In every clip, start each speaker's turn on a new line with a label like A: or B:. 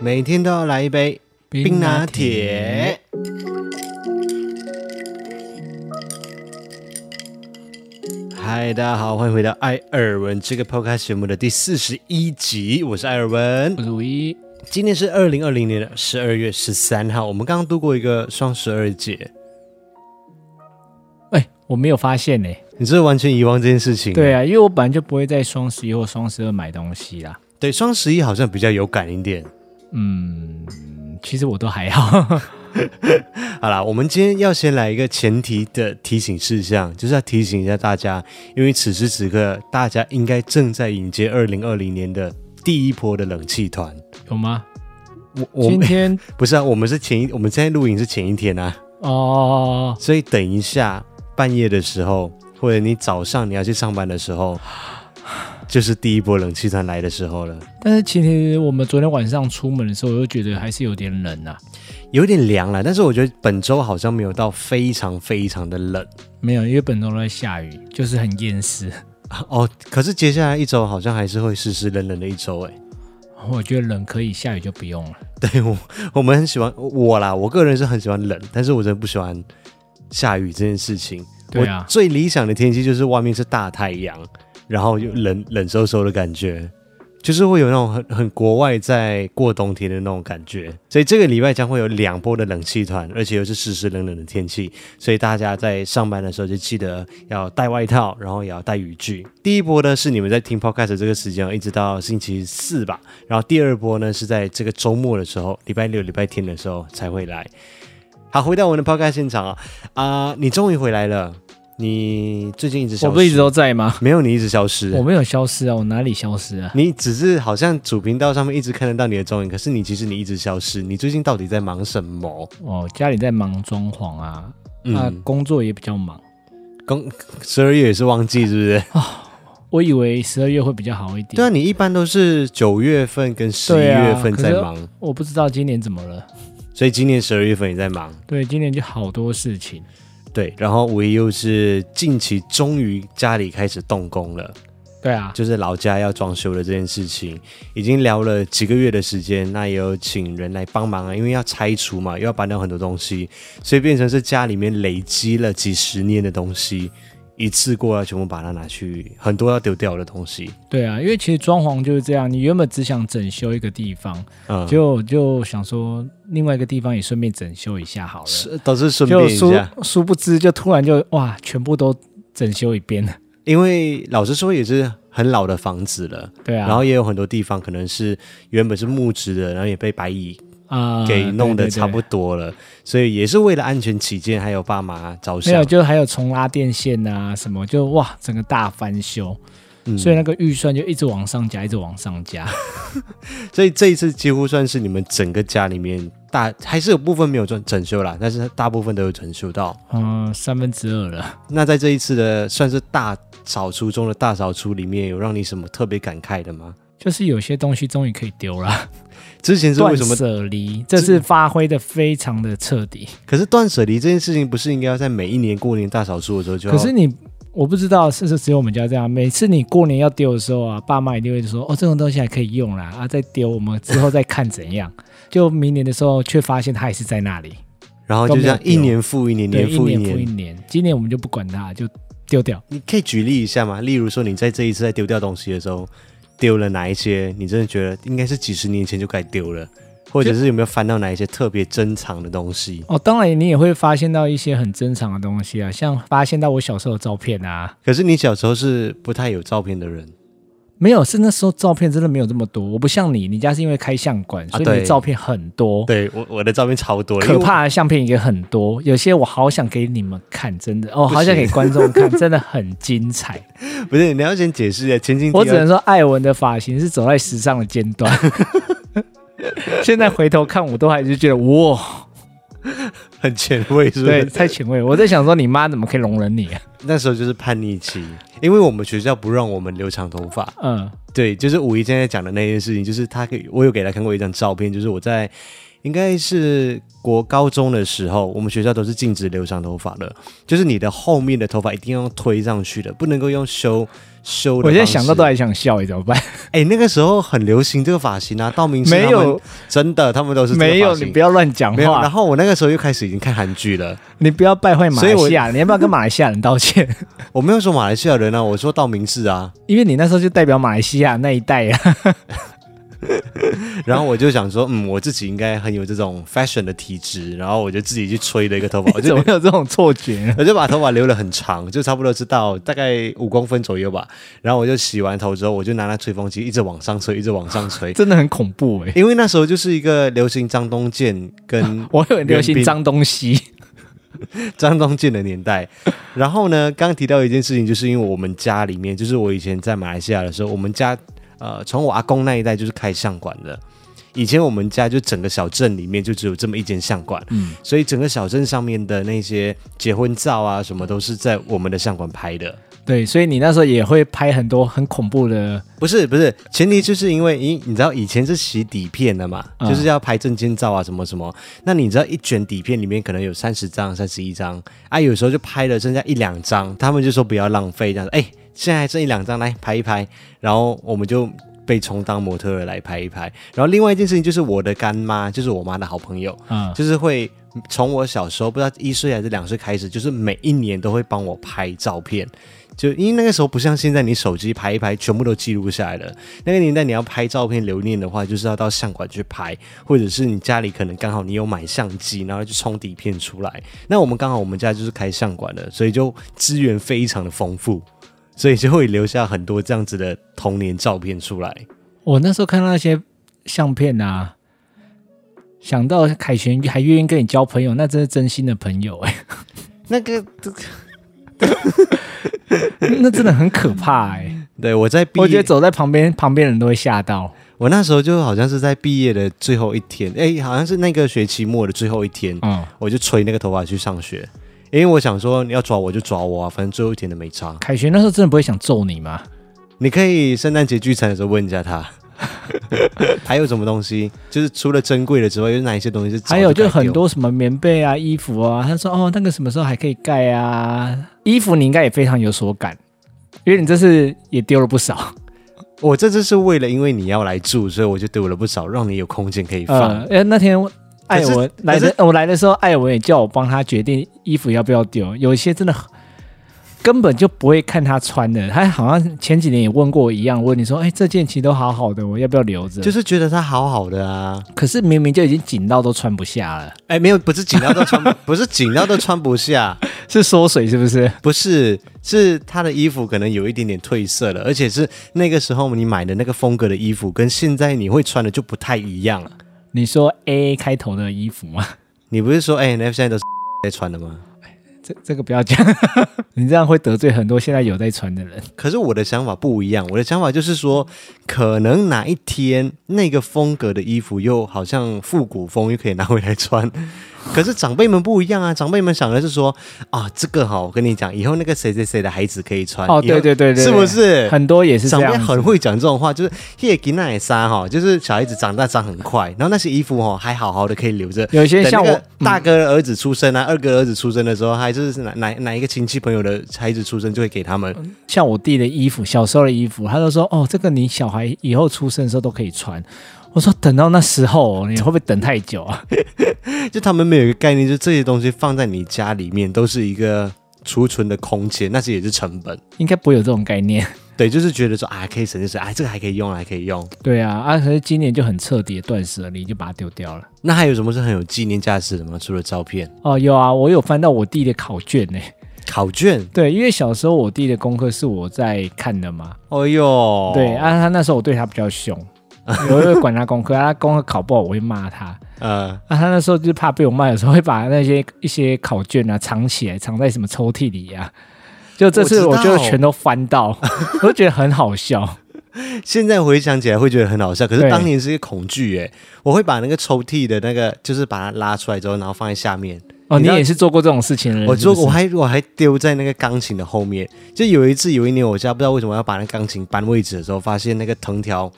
A: 每天都要来一杯冰拿铁。嗨，大家好，欢迎回到艾尔文这个 podcast 节目的第四十一集，我是艾尔文
B: 我。是五一，
A: 今天是二零二零年的十二月十三号，我们刚刚度过一个双十二节，
B: 哎、我没有发现呢、
A: 你是不是完全遗忘这件事情。
B: 对啊，因为我本来就不会在双十一或双十二买东西啊啦。
A: 对，双十一好像比较有感一点。
B: 嗯，其实我都还好。
A: 好啦，我们今天要先来一个前提的提醒事项，就是要提醒一下大家，因为此时此刻大家应该正在迎接二零二零年的第一波的冷气团。
B: 有吗？
A: 我我
B: 今
A: 们
B: 天
A: 不是啊，我们是前一，我们现在录影是前一天啊，
B: 哦，
A: 所以等一下半夜的时候，或者你早上你要去上班的时候， 就是第一波冷气团来的时候了，
B: 但是其实我们昨天晚上出门的时候，我就觉得还是有点冷啊。
A: 有点凉了，但是我觉得本周好像没有到非常非常的冷。
B: 没有，因为本周都在下雨，就是很厌世。
A: 哦，可是接下来一周好像还是会湿湿冷冷的一周哎、
B: 我觉得冷可以，下雨就不用了。
A: 对我，我们很喜欢我啦，我个人是很喜欢冷，但是我真的不喜欢下雨这件事情。
B: 对啊
A: 我最理想的天气就是外面是大太阳，然后又冷冷飕飕的感觉，就是会有那种很很国外在过冬天的那种感觉。所以这个礼拜将会有两波的冷气团，而且又是湿湿冷冷的天气，所以大家在上班的时候就记得要带外套，然后也要带雨具。第一波呢是你们在听 podcast 的这个时间哦，一直到星期四吧。然后第二波呢是在这个周末的时候，礼拜六、礼拜天的时候才会来。好，回到我们的 podcast 现场啊啊、你终于回来了。你最近一直消
B: 我
A: 失，
B: 不是一直都在吗？
A: 没有你一直消
B: 我
A: 失，
B: 没有消失啊，我哪里消失啊？
A: 你只是好像主频道上面一直看得到你的踪影，可是你其实你一直消失。你最近到底在忙什么？
B: 哦，家里在忙装潢啊，那、
A: 嗯，
B: 工作也比较忙。
A: 工十二月也是旺季，是 不
B: 啊
A: 是？
B: 我以为十二月会比较好一点。
A: 对啊，你一般都是九月份跟十一
B: 对啊
A: 月份在忙，
B: 我不知道今年怎么了。
A: 所以今年十二月份也在忙。
B: 对，今年就好多事情。
A: 对，然后五一又是近期终于家里开始动工了，
B: 对啊，
A: 就是老家要装修的这件事情，已经聊了几个月的时间，那也有请人来帮忙啊，因为要拆除嘛，又要搬掉很多东西，所以变成是家里面累积了几十年的东西，一次过要全部把它拿去，很多要丢掉的东西。
B: 对啊，因为其实装潢就是这样，你原本只想整修一个地方，
A: 嗯，
B: 就就想说另外一个地方也顺便整修一下好了。
A: 是都是顺
B: 就
A: 便一
B: 殊
A: 下，
B: 殊不知，就突然就哇，全部都整修一遍了。
A: 因为老实说也是很老的房子了。
B: 对啊，
A: 然后也有很多地方可能是原本是木质的，然后也被白蚁
B: 啊、
A: 给弄得差
B: 多。
A: 不多了，所以也是为了安全起见，还有爸妈着
B: 没有，
A: 想，
B: 就还有重拉电线啊什么，就哇，整个大翻修，
A: 嗯
B: 所以那个预算就一直往上加，一直往上加。
A: 所以这一次几乎算是你们整个家里面大，还是有部分没有整整修啦，但是大部分都有整修到。
B: 嗯，三分之二了。
A: 那在这一次的算是大扫除中的大扫除里面，有让你什么特别感慨的吗？
B: 就是有些东西终于可以丢了，
A: 之前是为
B: 断
A: 什么？
B: 舍离，这次发挥的非常的彻底。
A: 可是断舍离这件事情，不是应该要在每一年过年大扫除的时候就要？
B: 可是你，我不知道是不是只有我们家这样，每次你过年要丢的时候啊，爸妈一定会说：“哦，这种东西还可以用啦，啊，再丢，我们之后再看怎 样。”就明年的时候，却发现它还是在那里，
A: 然后就这样
B: 都没有
A: 一年复一年，
B: 对，
A: 年
B: 一
A: 复
B: 年复一年。今年我们就不管它，就丢掉。
A: 你可以举例一下吗？例如说，你在这一次在丢掉东西的时候，丢了哪一些？你真的觉得应该是几十年前就该丢了，或者是有没有翻到哪一些特别珍藏的东西？
B: 哦，当然你也会发现到一些很珍藏的东西啊，像发现到我小时候的照片啊，
A: 可是你小时候是不太有照片的人，
B: 没有，是那时候照片真的没有这么多。我不像你，你家是因为开相馆，所以你的
A: 啊对
B: 照片很多，
A: 对我我的照片超多的，
B: 哦
A: 因
B: 可
A: 为我。
B: 怕的相片也很多。有些我好想给你们看，真的哦，
A: 行
B: 好想给观众 看，真的很精彩。
A: 不是，你要先解释一下前进第
B: 我只能
A: 二。
B: 说，艾文的发型是走在时尚的尖 端。现在回头看，我都还是觉得哇，
A: 很前卫，是不
B: 对，
A: 是？
B: 太前卫。我在想说，你妈怎么可以容忍你 啊？
A: 那时候就是叛逆期，因为我们学校不让我们留长头发，
B: 嗯，
A: 对，就是五一现在讲的那件事情，就是他给我有给他看过一张照片，就是我在应该是国高中的时候，我们学校都是禁止留长头发的，就是你的后面的头发一定要推上去的，不能够用修修的
B: 我
A: 方式。
B: 现在想到都还想笑，你怎么办？
A: 哎、那个时候很流行这个发型啊，道明寺
B: 没
A: 他们
B: 有，
A: 真的，他们都是这个
B: 没有，
A: 发
B: 你
A: 型
B: 不要乱讲
A: 没有。然
B: 话，
A: 后我那个时候又开始已经看韩剧了，
B: 你不要败坏马
A: 所以
B: 来
A: 我
B: 西亚，你要不要跟马来西亚人 道歉？
A: 我没有说马来西亚人啊，我说道明寺啊。
B: 因为你那时候就代表马来西亚那一代 啊。
A: 然后我就想说，嗯，我自己应该很有这种 fashion 的体质，然后我就自己去吹了一个头发，我
B: 怎
A: 就
B: 么会有这种错觉 呢？
A: 我就把头发留了很长，就差不多是到大概五公分左右吧。然后我就洗完头之后，我就拿那吹风机一直往上吹，一直往上 吹。
B: 真的很恐怖哎、
A: 因为那时候就是一个流行张东健 跟
B: 我有流行
A: 袁冰
B: 脏东西，啊
A: 张东健的年代。然后呢，刚提到一件事情，就是因为我们家里面，就是我以前在马来西亚的时候，我们家呃，从我阿公那一代就是开相馆的。以前我们家就整个小镇里面就只有这么一间相馆，
B: 嗯
A: 所以整个小镇上面的那些结婚照啊什么都是在我们的相馆拍的。
B: 对，所以你那时候也会拍很多很恐怖的，
A: 不是不是，前提就是因为你你知道以前是洗底片的嘛，
B: 嗯
A: 就是要拍证件照啊什么什么。那你知道一卷底片里面可能有三十张、三十一张啊，有时候就拍了剩下一两张，他们就说不要浪费这样子。哎，现在还剩一两张，来拍一拍。然后我们就被充当模特儿来拍一拍。然后另外一件事情就是我的干妈，就是我妈的好朋友，
B: 嗯，
A: 就是会从我小时候不知道一岁还是两岁开始，就是每一年都会帮我拍照片。就因为那个时候不像现在，你手机拍一拍，全部都记录下来了。那个年代你要拍照片留念的话，就是要到相馆去拍，或者是你家里可能刚好你有买相机，然后就冲底片出来。那我们刚好我们家就是开相馆的，所以就资源非常的丰富，所以就会留下很多这样子的童年照片出来。
B: 我那时候看到那些相片啊，想到凯旋还愿意跟你交朋友，那真是真心的朋友哎、
A: 那个，
B: 那真的很可怕哎、
A: 对我在毕业
B: 我觉得走在旁边，旁边人都会吓到。
A: 我那时候就好像是在毕业的最后一天，哎、好像是那个学期末的最后一天，
B: 嗯，
A: 我就吹那个头发去上学，因为我想说你要抓我就抓我啊，反正最后一天的没差。
B: 凯旋那时候真的不会想揍你吗？
A: 你可以圣诞节聚餐的时候问一下他， 还有什么东西，就是除了珍贵的之外，有哪一些东西是早
B: 还有就
A: 该
B: 很
A: 丢
B: 多什么棉被啊、衣服啊，他说哦，那个什么时候还可以盖啊？衣服你应该也非常有所感，因为你这次也丢了不少。
A: 我这次是为了因为你要来住，所以我就丢了不少，让你有空间可以放。
B: 呃，哎那天艾
A: 可
B: 文
A: 是
B: 来
A: 可
B: 的，呃我来的时候，艾文也叫我帮他决定衣服要不要丢，有一些真的很根本就不会看他穿的。他好像前几年也问过我一样问你说，哎，这件其实都好好的，我要不要留着？，
A: 就是是觉得它好好的啊，
B: 可是明明就已经紧到都穿不下了，
A: 哎、没有，不是紧到都穿不， 不是紧到都穿不下，
B: 是缩水是不是？
A: 不是，是他的衣服可能有一点点褪色了，而且是那个时候你买的那个风格的衣服，跟现在你会穿的就不太一样了。
B: 你说 A 开头的衣服吗？
A: 你不是说，哎、你现在都是在穿的吗？
B: 这这个不 要讲，你这样会得罪很多现在有在穿的人。
A: 可是我的想法不一样，我的想法就是说，可能哪一天那个风格的衣服又好像复古风，又可以拿回来穿。 可是长辈们不一样啊，长辈们想的是说，啊，这个哈，我跟你讲，以后那个谁谁谁的孩子可以穿。
B: 哦，
A: 以后
B: 对对对对，
A: 是不是？
B: 很多也是这
A: 长辈
B: 样子？
A: 很会讲这种话，就是叶吉奈莎哈，就是小孩子长大长很快，然后那些衣服哈还好好的可以留着。
B: 有些
A: 等
B: 像
A: 那
B: 我
A: 个大哥的儿子出生啊，二哥的儿子出生的时候，还就是哪哪哪一个亲戚朋友的孩子出生就会给他们。
B: 像我弟的衣服，小时候的衣服，他都说哦，这个你小孩以后出生的时候都可以穿。我说等到那时候哦，你会不会等太久啊？
A: 就他们没有一个概念，就这些东西放在你家里面都是一个储存的空间，那些也是成本。
B: 应该不会有这种概念。
A: 对，就是觉得说啊，可以省就省，哎、这个还可以用，还可以用。
B: 对啊，啊，可是今年就很彻底的断舍离，就把它丢掉了。
A: 那还有什么是很有纪念价值的吗？除了照片、
B: 哦，有啊，我有翻到我弟的考卷呢。
A: 考卷。
B: 对，因为小时候我弟的功课是我在看的嘛，
A: 哎呦，
B: 对，啊，他那时候我对他比较凶，我会管他功课，啊他功课考不好我会骂他。
A: 呃，
B: 啊，他那时候就是怕被我骂，有时候会把那些一些考卷啊藏起来，藏在什么抽屉里啊。就这次
A: 我
B: 我
A: 知道
B: 就全都 翻到，我就觉得很好笑。
A: 现在回想起来会觉得很好笑，可是
B: 对
A: 当年是一个恐惧哎，我会把那个抽屉的那个，就是把它拉出来之后，然后放在下面。
B: 哦，
A: 你
B: 你
A: 知道
B: 也是做过这种事情的人，
A: 我
B: 嗯是不
A: 做，
B: 是
A: 我还我还丢在那个钢琴的后面。就有一次，有一年我家不知道为什么要把那钢琴搬位置的时候，发现那个藤条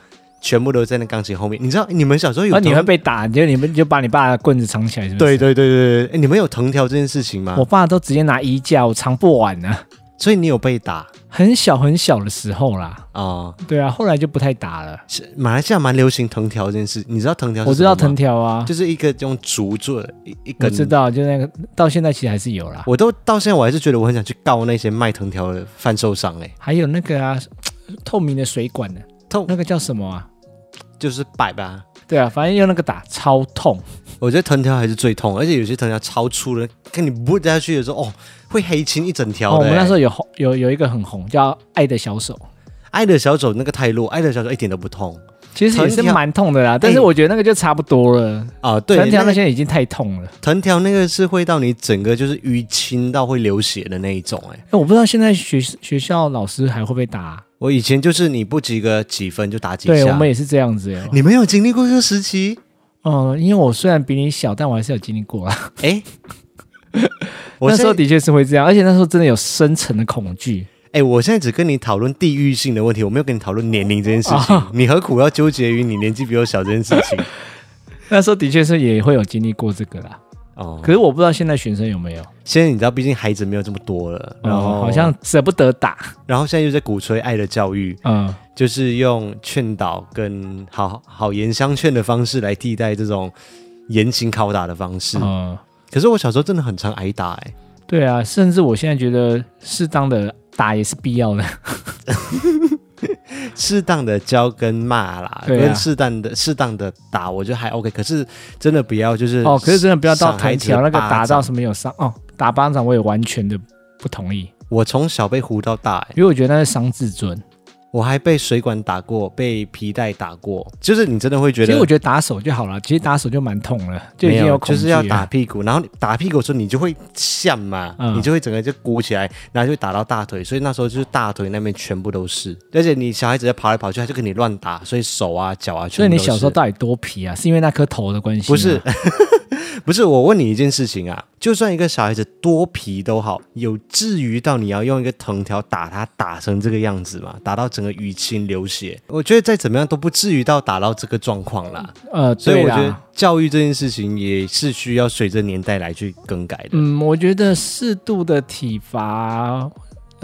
A: 全部都在那钢琴后面。你知道你们小时候有
B: 啊，你
A: 藤
B: 会被打，就你们就把你爸的棍子藏起来，是不
A: 对
B: 是？
A: 对对对对，哎你们有藤条这件事情吗
B: 我？爸都直接拿衣架，我藏不完呢、啊。
A: 所以你有被打
B: 很小很小的时候啦，
A: 啊、
B: 对啊，后来就不太打了。
A: 是马来西亚蛮流行藤条这件事，你知道藤条是
B: 我知道
A: 什么
B: 藤
A: 吗，
B: 条啊，
A: 就是一个用竹做的一一
B: 我
A: 根。
B: 知道，就那个到现在其实还是有啦。
A: 我都到现在我还是觉得我很想去告那些卖藤条的贩售商哎、
B: 还有那个啊，透明的水管呢、
A: 痛
B: 那个叫什么啊？
A: 就是摆吧。
B: 对啊，反正用那个打超痛，
A: 我觉得藤条还是最痛，而且有些藤条超粗的，看你不下去的时候，哦，会黑青一整条
B: 哦，
A: 的、欸
B: 我们那时
A: 候
B: 候有红有有一个很红叫《爱的小手
A: 爱的小手那个太弱，爱的小手一点都不痛》，
B: 其实也是
A: 藤条
B: 蛮痛的啦，但是我觉得那个就差不多了。
A: 啊、对，
B: 藤条
A: 那
B: 那
A: 个
B: 些已经太痛了，
A: 藤条那个是会到你整个就是淤青到会流血的那一种、哎，
B: 哎我不知道现在学学校老师还会不会打啊、
A: 我以前就是你不及格几分就打几下，
B: 对我们也是这样子哦。
A: 你没有经历过这个时期，
B: 嗯，因为我虽然比你小，但我还是有经历过啊啦。
A: 哎、我
B: 那时
A: 现
B: 候
A: 在
B: 的确是会这样，而且那时候真的有深层的恐惧。
A: 哎、我现在只跟你讨论地域性的问题，我没有跟你讨论年龄这件事情。
B: 啊
A: 你何苦要纠结于你年纪比我小这件事 情？
B: 那时候的确是也会有经历过这个啦，
A: 哦，
B: 可是我不知道现在学生有没有，
A: 现在你知道，毕竟孩子没有这么多了，然后、
B: 嗯好像，舍不得打。
A: 然后现在又在鼓吹爱的教育，
B: 嗯，
A: 就是用劝导跟好好言相劝的方式来替代这种严刑拷打的方式。
B: 嗯，
A: 可是我小时候真的很常挨打、哎，
B: 对啊，甚至我现在觉得适当的打也是必要的。
A: 适当的教跟骂啦，
B: 对啊
A: 跟适当的适当的打，我觉得还 OK。可是真的不要就是
B: 哦，可是真的不要到
A: 赏孩
B: 藤
A: 子
B: 条那个
A: 巴
B: 打
A: 掌
B: 到什么有伤哦，打巴掌我也完全的不同意，
A: 我从小被唬到大、欸，
B: 因为我觉得那是伤自尊。
A: 我还被水管打过，被皮带打过，就是你真的会觉
B: 其实
A: 得
B: 我觉得打手就好了，其实打手就蛮痛了，就已经
A: 没
B: 有
A: 有，
B: 恐
A: 就
B: 惧啊
A: 是要
B: 了
A: 打屁股，然后你打屁股的时候你就会像嘛，
B: 嗯
A: 你就会整个就鼓起来，然后就会打到大腿，所以那时候就是大腿那边全部都是，而且你小孩子在跑来跑去，他就跟你乱打，所以手啊脚啊
B: 所
A: 全
B: 以
A: 部
B: 你
A: 都是。
B: 小时候到底多皮啊？是因为那颗头的关系？
A: 不是，， 不是，我问你一件事情啊，就算一个小孩子多皮都好，有至于到你要用一个藤条打他打成这个样子吗？打到整个淤青流血，我觉得再怎么样都不至于到打到这个状况啦。
B: 呃，
A: 所以
B: 对
A: 我
B: 啦
A: 觉得教育这件事情也是需要随着年代来去更改的。
B: 嗯，我觉得适度的体罚，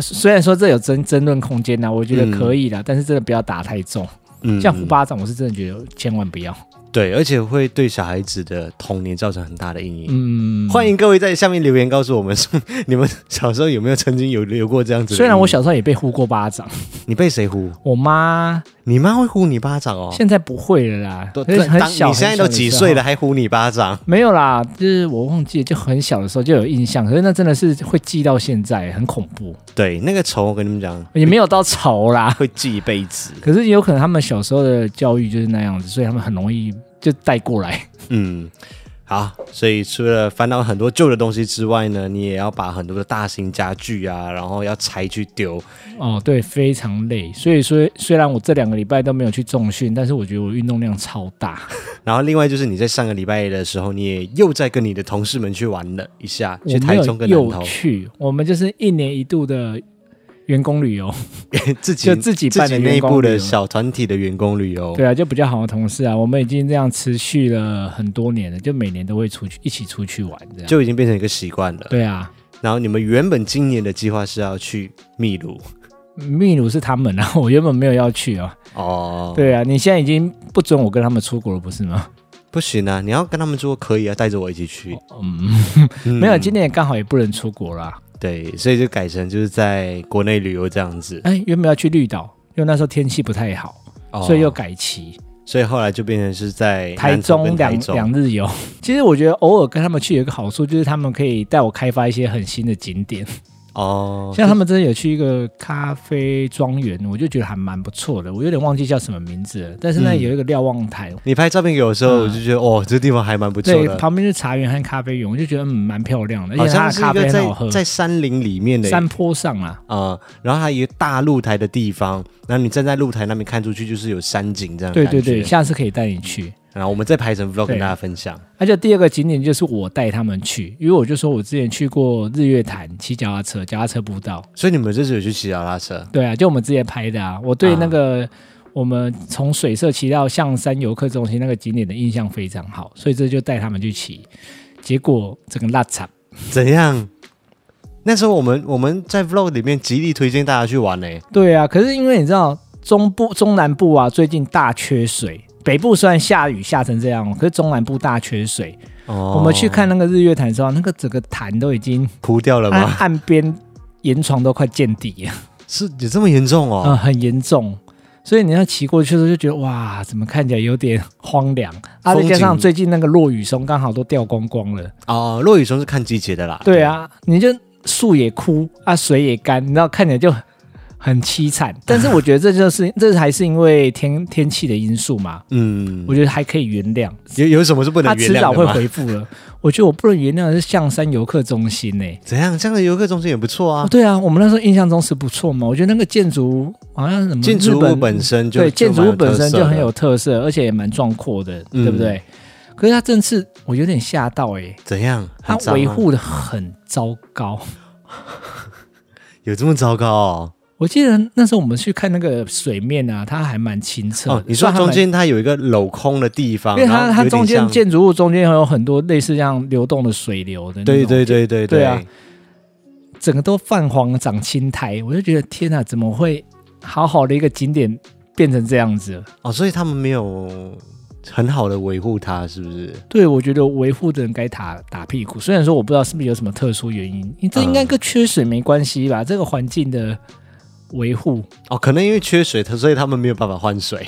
B: 虽然说这有争争论空间呐、啊我觉得可以啦，但是真的不要打太重。
A: 嗯
B: 像虎巴掌，我是真的觉得千万不要。
A: 对，而且会对小孩子的童年造成很大的阴影。
B: 嗯，
A: 欢迎各位在下面留言告诉我们，说你们小时候有没有曾经有留过这样子的阴影？
B: 虽然我小时候也被呼过巴掌，
A: 你被谁呼？
B: 我妈
A: 你妈会呼你巴掌哦。
B: 现在不会了啦，
A: 都
B: 很很
A: 哦当
B: 小，
A: 你现在都几岁了
B: 了？
A: 还呼你巴掌？
B: 没有啦，就是我忘记了，就很小的时候就有印象，可是那真的是会记到现在，很恐怖，
A: 对，那个仇我跟你们讲，
B: 也没有到仇啦。
A: 会记一辈子。
B: 可是也有可能他们小时候的教育就是那样子，所以他们很容易就带过来。
A: 嗯，好，所以除了翻到很多旧的东西之外呢，你也要把很多的大型家具啊，然后要拆去丢。
B: 哦，对，非常累。所以说，虽然我这两个礼拜都没有去重训，但是我觉得我运动量超大。
A: 然后另外就是你在上个礼拜的时候，你也又在跟你的同事们去玩了一下，
B: 我
A: 去
B: 没
A: 台
B: 有
A: 中跟南
B: 又
A: 投，
B: 去，我们就是一年一度的员工旅游，
A: 自己
B: 就自己
A: 自
B: 办
A: 己
B: 的
A: 内
B: 员工
A: 部
B: 旅
A: 的
B: 游。
A: 小团体的员工旅游。
B: 对啊，就比较好的同事啊，我们已经这样持续了很多年了，就每年都会出去一起出去玩这样。
A: 就已经变成一个习惯了。
B: 对啊，
A: 然后你们原本今年的计划是要去秘鲁
B: 秘鲁是他们啊， 我原本没有要去啊。
A: 哦，，
B: 对啊，你现在已经不准我跟他们出国了，不是吗？
A: 不行啊，你要跟他们说可以啊，带着我一起去。
B: 嗯，
A: 嗯
B: 没有，今年也刚好也不能出国啦。
A: 对，所以就改成就是在国内旅游这样子，
B: 哎，原本要去绿岛，因为那时候天气不太好，
A: 哦
B: 所以又改期。
A: 所以后来就变成是在
B: 台
A: 南投跟
B: 中两
A: 台中
B: 两日游。 其实我觉得偶尔跟他们去有一个好处，就是他们可以带我开发一些很新的景点，
A: 哦，
B: 像他们真的有去一个咖啡庄园，我就觉得还蛮不错的。我有点忘记叫什么名字了，但是那
A: 嗯
B: 有一个瞭望台。
A: 你拍照片给我的时候，
B: 嗯
A: 我就觉得哦，这地方还蛮不错
B: 对，
A: 的，
B: 旁边是茶园和咖啡园，我就觉得嗯蛮漂亮的，
A: 好
B: 而且它
A: 像
B: 的
A: 是
B: 咖
A: 一
B: 啡
A: 个
B: 很好
A: 在
B: 喝。
A: 在山林里面的
B: 山坡上啊，
A: 啊、然后还有一个大露台的地方，然后你站在露台那边看出去就是有山景这样的
B: 对
A: 感
B: 对
A: 觉，
B: 对，下次可以带你去。
A: 然后我们再拍成 vlog 跟
B: 对
A: 大家分享。
B: 而且第二个景点就是我带他们去，因为我就说我之前去过日月潭骑脚踏车，脚踏车步道，
A: 所以你们这次有去骑脚踏车
B: 对啊，就我们之前拍的啊。我对那个、我们从水社骑到象山游客中心那个景点的印象非常好，所以这就带他们去骑。结果这个辣惨，
A: 怎样？那时候我们我们在 vlog 里面极力推荐大家去玩呢、
B: 对啊，可是因为你知道中部中南部啊，最近大缺水。北部虽然下雨下成这样，可是中南部大缺水。
A: 哦
B: 我们去看那个日月潭的时候，那个整个潭都已经
A: 哭掉了
B: 岸
A: 吗？
B: 岸边岩床都快见底了，
A: 是有这么严重哦？
B: 嗯、很严重。所以你要骑过去的时候就觉得哇，怎么看起来有点 荒凉啊？再
A: 风景
B: 加上最近那个落雨松刚好都掉光光了，
A: 哦，落雨松是看季节的啦。
B: 啊对，啊，你就树也枯啊，水也干，你知道看起来就很凄惨。但是我觉得这就是这还是因为天天气的因素嘛，
A: 嗯
B: 我，觉得还可以原谅。
A: 有有什么是不
B: 他
A: 能原
B: 迟
A: 谅
B: 早
A: 的
B: 会
A: 吗？
B: 回复了。我觉得我不能原谅的是象山游客中心呢、
A: 怎样？这样的游客中心也不错
B: 哦，
A: 啊。
B: 对啊，我们那时候印象中是不错嘛。我觉得那个建筑好像是什么
A: 建筑
B: 日
A: 物
B: 本
A: 本身就
B: 对建筑物本身就很，
A: 蛮有特色
B: 有
A: 的
B: 特色，而且也蛮壮阔的，
A: 嗯
B: 对不对？可是它这次我有点吓到哎、
A: 怎样？
B: 它
A: 很脏吗啊
B: 维护的很糟糕。
A: 有这么糟糕哦？
B: 我记得那时候我们去看那个水面啊，它还蛮清澈的。
A: 哦，你说
B: 虽然它
A: 中
B: 蛮，
A: 间它有一个镂空的地方，
B: 因为
A: 然
B: 它
A: 后
B: 它
A: 有点
B: 中间
A: 像
B: 建筑物中间还有很多类似像流动的水流的那种，
A: 对对对对
B: 对啊整个都泛黄长青苔，我就觉得天哪，怎么会好好的一个景点变成这样子了？
A: 哦，所以他们没有很好的维护它，是不是？
B: 对，我觉得维护的人该打打屁股。虽然说我不知道是不是有什么特殊原因，因为
A: 嗯
B: 这应该跟缺水没关系吧？这个环境的维护，
A: 哦，可能因为缺水，它所以他们没有办法换水，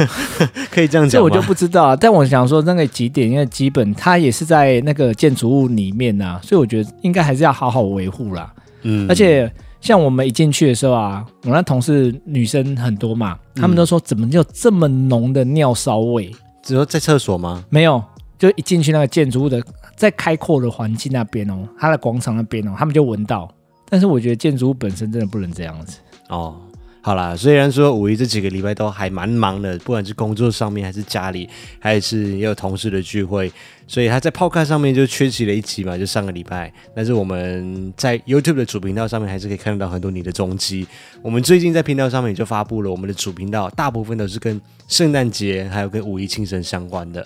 A: 可以这样
B: 这
A: 讲
B: 我
A: 吗？
B: 就不知道啊。但我想说，那个几点，因为基本它也是在那个建筑物里面呐、所以我觉得应该还是要好好维护啦。
A: 嗯
B: 而且像我们一进去的时候啊，我那同事女生很多嘛，她
A: 嗯
B: 们都说怎么就这么浓的尿骚味？
A: 只有在厕所吗？
B: 没有，就一进去那个建筑物的在开阔的环境那边哦，它的广场那边哦，他们就闻到。但是我觉得建筑物本身真的不能这样子。
A: 哦，好啦，虽然说五一这几个礼拜都还蛮忙的，不管是工作上面，还是家里，还是也有同事的聚会，所以他在 Podcast 上面就缺席了一期嘛，就上个礼拜。但是我们在 YouTube 的主频道上面还是可以看得到很多你的踪迹。我们最近在频道上面也就发布了我们的主频道，大部分都是跟圣诞节还有跟五一庆生相关的。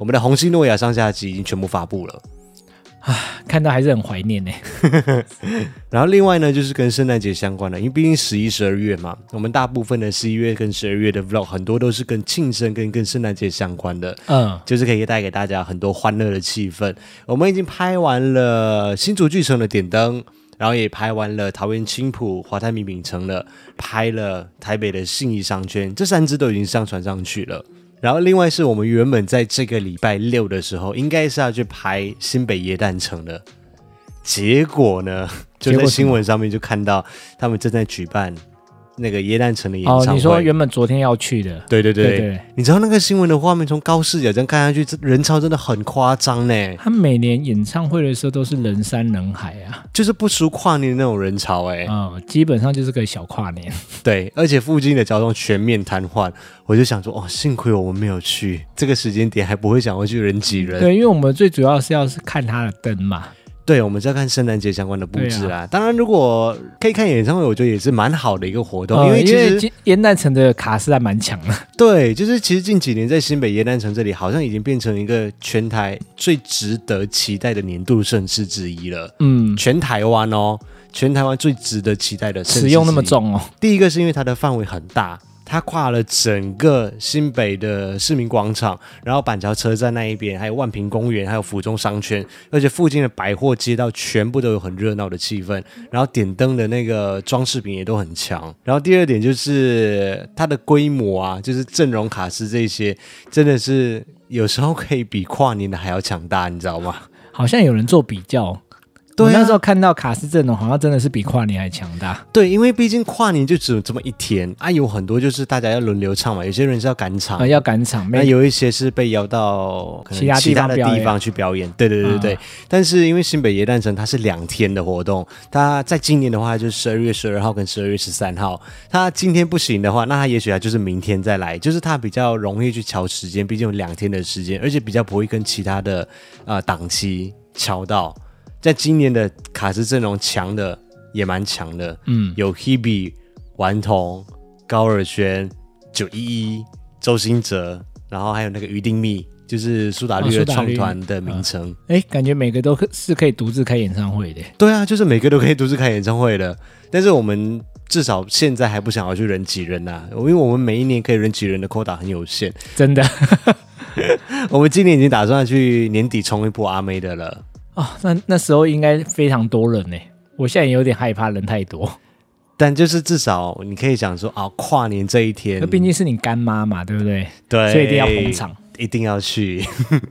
A: 我们的红星诺亚上下集已经全部发布了。
B: 看到还是很怀 念呢、
A: 然后另外呢，就是跟圣诞节相关的，因为毕竟十一、十二月嘛，我们大部分的十一月跟十二月的 vlog 很多都是跟庆生跟跟圣诞节相关的，
B: 嗯，
A: 就是可以带给大家很多欢乐的气氛。我们已经拍完了新竹巨城的点灯，然后也拍完了桃园青浦华泰名品城了，拍了台北的信义商圈，这三支都已经上传上去了。然后另外是我们原本在这个礼拜六的时候，应该是要去拍新北耶诞城的，结果呢，就
B: 结
A: 在
B: 果什么
A: 新闻上面就看到他们正在举办那个耶诞城的演
B: 哦
A: 唱，会。
B: 你说原本昨天要去的，
A: 对对对
B: 对对，
A: 你知道那个新闻的画面从高视角这样看下去，这人潮真的很夸张呢，
B: 他每年演唱会的时候都是人山人海啊，
A: 就是不输跨年那种人潮哎。
B: 嗯，基本上就是个小跨年。
A: 对，而且附近的交通全面瘫痪，我就想说，哦，幸亏我们没有去，这个时间点还不会想要去人挤人。
B: 对，因为我们最主要是要是看他的灯嘛，
A: 对，我们是要看圣诞节相关的布置
B: 啊
A: 啦。当然，如果可以看演唱会，我觉得也是蛮好的一个活动，
B: 嗯
A: 因为其
B: 因为
A: 实
B: 今烟弹城的卡斯还蛮强的，
A: 对，就是其实近几年在新北耶诞城这里，好像已经变成一个全台最值得期待的年度盛事之一了。
B: 嗯，
A: 全台湾哦，全台湾最值得期待的盛事之
B: 使
A: 一
B: 用那么。重哦，
A: 第一个是因为它的范围很大，它跨了整个新北的市民广场，然后板桥车站那一边，还有万平公园，还有府中商圈，而且附近的百货街道全部都有很热闹的气氛。然后点灯的那个装饰品也都很强。然后第二点就是它的规模啊，就是阵容、卡司这些，真的是有时候可以比跨年的还要强大，你知道吗？
B: 好像有人做比较。
A: 对啊
B: 我那时候看到卡斯阵容好像真的是比跨年还强大。
A: 对，因为毕竟跨年就只有这么一天啊，有很多就是大家要轮流唱嘛，有些人是要赶场
B: 啊，，要赶场，
A: 那
B: 没有
A: 有一些是被邀到可能
B: 其他地
A: 其他的
B: 方表
A: 地
B: 演
A: 方去表演。对对对对对。
B: 啊
A: 但是因为新北耶诞城它是两天的活动，它在今年的话就是十二月十二号跟十二月十三号。它今天不行的话，那它也许它就是明天再来，就是它比较容易去调时间，毕竟有两天的时间，而且比较不会跟其他的呃档期调到。在今年的卡斯阵容强的也蛮强的，
B: 嗯，
A: 有 Hebe、顽童、高尔宣、九一一、周兴哲，然后还有那个于丁密，就是苏打绿
B: 哦
A: 的
B: 苏打
A: 创
B: 绿
A: 团的名称。
B: 哎，感觉每个都是可以独自开演唱会的。
A: 对啊，就是每个都可以独自开演唱会的，但是我们至少现在还不想要去人挤人呐、啊因为我们每一年可以人挤人的 quota 很有限。
B: 真的
A: 我们今年已经打算去年底冲一波阿妹的了。
B: 哦，那那时候应该非常多人呢。我现在也有点害怕人太多，
A: 但就是至少你可以讲说啊，跨年这一天
B: 那，毕竟是你干妈嘛，对不对？
A: 对，
B: 所以一定要捧场，
A: 一定要去，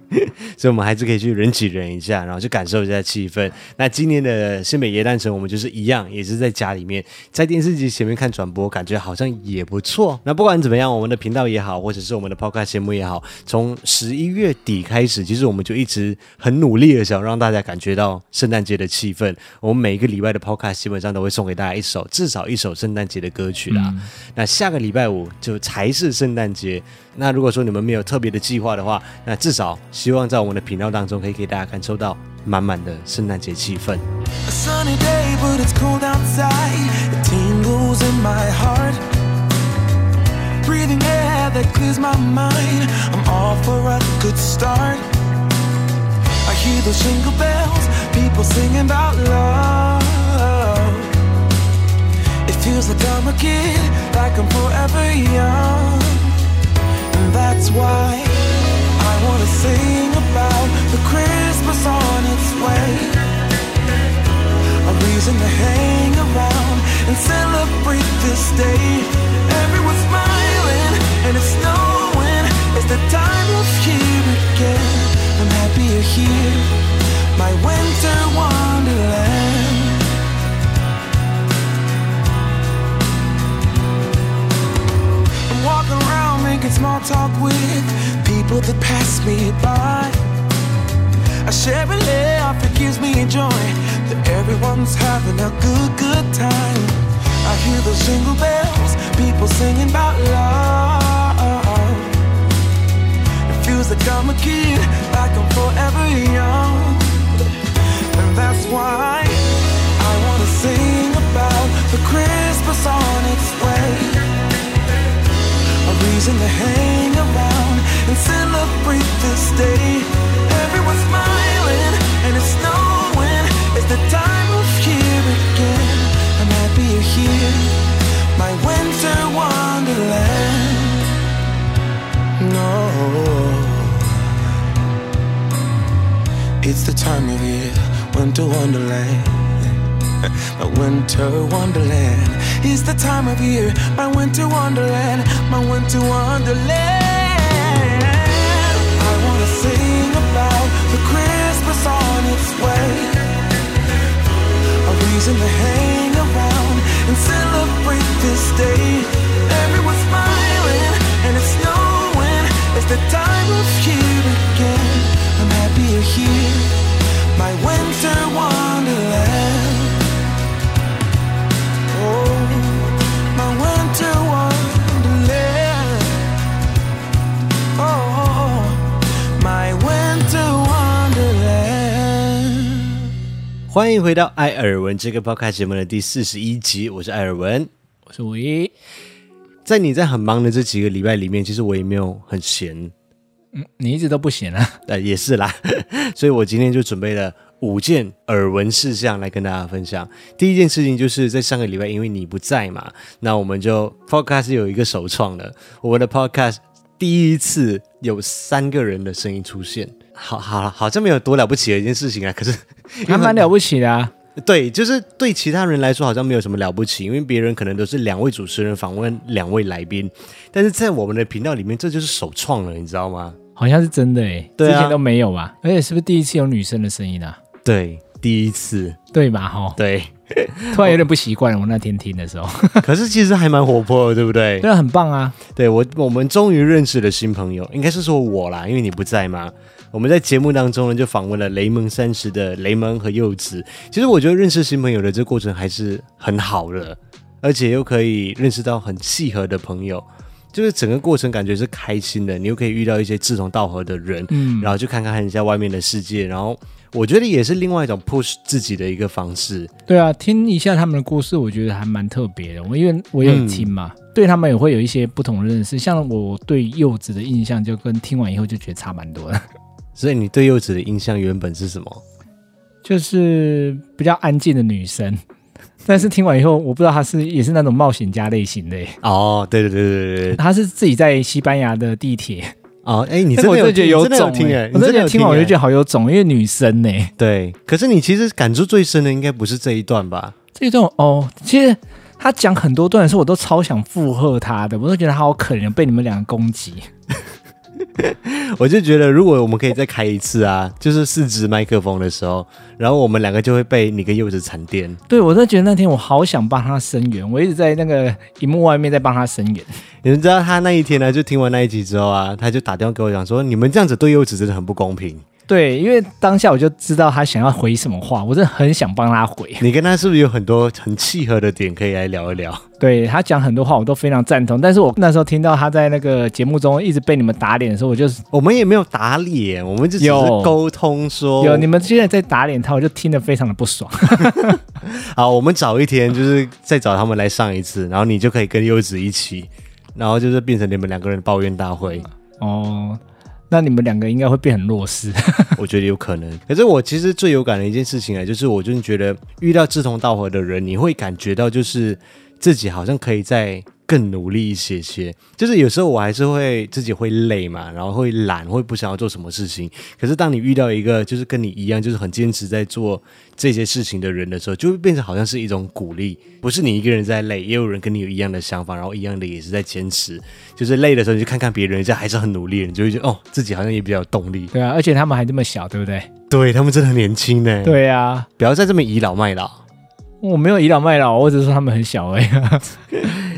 A: 所以我们还是可以去人挤人一下，然后去感受一下气氛。那今年的新北耶诞城，我们就是一样，也是在家里面，在电视机前面看转播，感觉好像也不错。那不管怎么样，我们的频道也好，或者是我们的 podcast 节目也好，从十一月底开始，其实我们就一直很努力的想让大家感觉到圣诞节的气氛。我们每一个礼拜的 podcast 基本上都会送给大家一首，至少一首圣诞节的歌曲啦。
B: 嗯
A: 那下个礼拜五就才是圣诞节。那如果说你们没有特别的计划的话，那至少希望在我们的频道当中可以给大家感受到满满的圣诞节气氛。
C: A sunny day, but it's cold outside. It tingles in my heart. Breathing air that clears my mind. I'm all for a good start. I hear those jingle bells, people singing about love. It feels like I'm a kid, like I'm forever young. And that's why I wanna sing about the Christmas on its way a reason to hang around and celebrate this day. Everyone's smiling and it's snowing. It's the time of year again. I'm happier here, my winter wonderland. I'm walking around making small talk with people that pass me by. I share a laugh, it gives me joy that everyone's having a good, good time. I hear those jingle bells, people singing about love. It feels like I'm a kid, like I'm forever young. And that's why I wanna sing about the Christmas on its way a reason to hang around and celebrate this day. Everyone's smiling and it's snowing. It's the time of year again. I'm happier here, my winter wonderland. No, it's the time of year, winter wonderland. My winter wonderland is the time of year. My winter wonderland, my winter wonderland. I wanna sing about the Christmas on its way. A reason to hang around and celebrate this day. Everyone's smiling and it's snowing. It's the time of year again. I'm happier here. My winter wonderland. Oh, my winter wonderland. Oh, my winter wonderland.
A: 欢迎回到艾尔文这个 podcast 节目的第四十一集，我是艾尔文。
B: 我说喂，
A: 在你在很忙的这几个礼拜里面，其实我也没有很闲，
B: 嗯，你一直都不行啊，
A: 呃，也是啦， 所以我今天就准备了五件耳闻事项来跟大家分享。第一件事情就是在上个礼拜，因为你不在嘛，那我们就 podcast 有一个首创的，我们的 podcast 第一次有三个人的声音出现。好好好像没有多了不起的一件事情啊，可是
B: 还蛮了不起的啊。
A: 对，就是对其他人来说好像没有什么了不起，因为别人可能都是两位主持人访问两位来宾，但是在我们的频道里面，这就是首创了，你知道吗？
B: 好像是真的诶，
A: 对啊
B: 之前都没有吧？而且是不是第一次有女生的声音啊？
A: 对，第一次，
B: 对吧？哈，
A: 对。
B: 突然有点不习惯了。我那天听的时候，
A: 可是其实还蛮活泼的，对不对？
B: 真的很棒啊！
A: 对我，我们终于认识了新朋友，应该是说我啦，因为你不在嘛。我们在节目当中呢，就访问了雷蒙三十的雷蒙和柚子。其实我觉得认识新朋友的这过程还是很好的，而且又可以认识到很契合的朋友，就是整个过程感觉是开心的，你又可以遇到一些志同道合的人，嗯，然后去看看一下外面的世界，然后我觉得也是另外一种 push 自己的一个方式。嗯
B: 对啊，听一下他们的故事，我觉得还蛮特别的。我因为我有听嘛，对他们也会有一些不同的认识。像我对柚子的印象，就跟听完以后就觉得差蛮 多的，
A: 所以你对柚子的印象原本是什么？
B: 就是比较安静的 女生。但是听完以后，我不知道她是也是那种冒险家类型 的耶，
A: 哦，对对对对对对，
B: 她是自己在西班牙的地铁。
A: 哦，哎，你
B: 但
A: 真
B: 是我
A: 的
B: 真
A: 有
B: 的觉得
A: 听你真的有听
B: 种耶
A: 哎，
B: 我真的觉
A: 有
B: 得听完我就觉
A: 哎
B: 得好有种，因为女生呢、
A: 对。可是你其实感触最深的应该不是这一段吧？
B: 这一段哦，其实他讲很多段的时候，我都超想附和他的，我都觉得他好可怜，被你们两个攻击。
A: 我就觉得，如果我们可以再开一次啊，就是四支麦克风的时候，然后我们两个就会被你跟柚子缠电。
B: 对我真的觉得那天我好想帮他声援，我一直在那个荧幕外面在帮他声援。
A: 你们知道他那一天呢，就听完那一集之后啊，他就打电话给我讲说，你们这样子对柚子真的很不公平。
B: 对，因为当下我就知道他想要回什么话，我真的很想帮他回。
A: 你跟他是不是有很多很契合的点可以来聊一聊？
B: 对他讲很多话，我都非常赞同。但是我那时候听到他在那个节目中一直被你们打脸的时候，我就是
A: 我们也没有打脸，我们就只是
B: 有
A: 沟通说，
B: 有你们现在在打脸他，我就听得非常的不爽。
A: 好，我们找一天就是再找他们来上一次，然后你就可以跟柚子一起，然后就是变成你们两个人抱怨大会。
B: 哦，那你们两个应该会变很弱势。
A: 我觉得有可能。可是我其实最有感的一件事情啊，就是我真的觉得遇到志同道合的人，你会感觉到就是自己好像可以再更努力一些些。就是有时候我还是会自己会累嘛，然后会懒，会不想要做什么事情。可是当你遇到一个就是跟你一样，就是很坚持在做这些事情的人的时候，就会变成好像是一种鼓励，不是你一个人在累，也有人跟你有一样的想法，然后一样的也是在坚持。就是累的时候，你就看看别人，人家还是很努力，你就会觉得哦，自己好像也比较有动力。
B: 对啊，而且他们还这么小，对不对？
A: 对他们真的很年轻呢。，
B: 对啊，
A: 不要再这么倚老卖老。
B: 我没有倚老卖老，我只是说他们很小而已。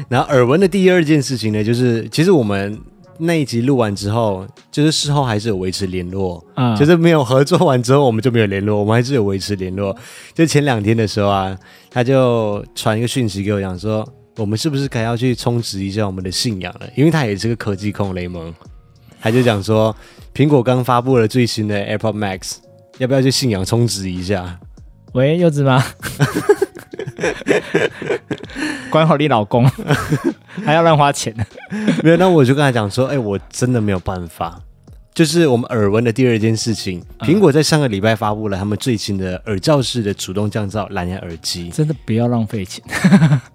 A: 然后耳闻的第二件事情呢，就是其实我们那一集录完之后，就是事后还是有维持联络，
B: 啊
A: 就是没有合作完之后我们就没有联络，我们还是有维持联络。就前两天的时候啊，他就传一个讯息给我，讲说我们是不是该要去充值一下我们的信仰了，因为他也是个科技控雷蒙，他就讲说苹果刚发布了最新的 AirPod Max，要不要去信仰充值一下？
B: 喂，柚子 吗？管好你老 公，还要乱花钱。
A: 没有，那我就跟他讲说，哎、我真的没有办法。就是我们耳闻的第二件事情，
B: 嗯
A: 苹果在上个礼拜发布了他们最新的耳罩式的主动降噪蓝牙耳机，
B: 真的不要浪费钱。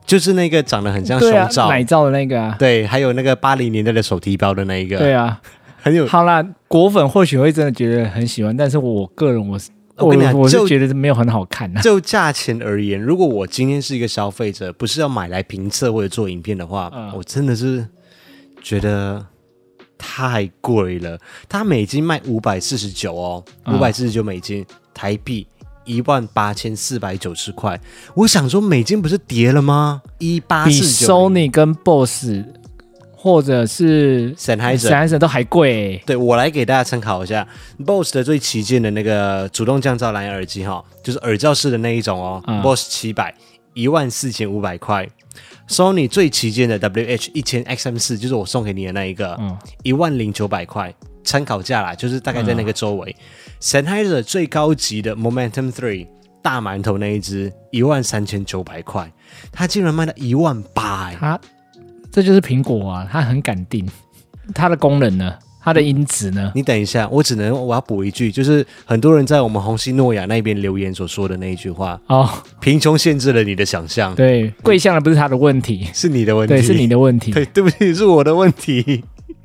A: 就是那个长得很像胸
B: 对啊，
A: 罩，
B: 奶罩的那个啊。
A: 对还有那个八零年代的手提包的那一个，
B: 对啊，
A: 很有。
B: 好啦，果粉或许会真的觉得很喜欢，但是我个人我是
A: 我跟你讲
B: 我
A: 就是
B: 觉得没有很好看啊。
A: 就价钱而言，如果我今天是一个消费者，不是要买来评测或者做影片的话，
B: 嗯
A: 我真的是觉得太贵了。它美金卖五百四十九哦，五
B: 嗯
A: 百四十九美金，台币一万八千四百九十块。我想说，美金不是跌了吗？一八
B: 比
A: 四九
B: Sony 跟 Boss 或者是
A: Sennheiser
B: 闪闪都还贵欸、
A: 对我来给大家参考一下，BOSS 的最旗舰的那个主动降噪蓝牙耳机哈，就是耳罩式的那一种哦、
B: 嗯
A: b o s s 七百一万四千五百块，Sony 最旗舰的 WH 一千 XM 四就是我送给你的那一个
B: 嗯，
A: 一万零九百块，参考价啦，就是大概在那个周围。Sennheiser 最高级的 Momentum Three 大馒头那一只一万三千九百块，它竟然卖到一万八、欸，
B: 它这就是苹果啊，它很敢定它的功能呢，它的音质呢，
A: 你等一下，我只能我要补一句，就是很多人在我们红星诺亚那边留言所说的那一句话：
B: 哦，
A: 贫穷限制了你的想象，
B: 对，跪下了不是他的问题，
A: 是你的问题，
B: 对，是你的问题。
A: 对，对不起，是我的问题。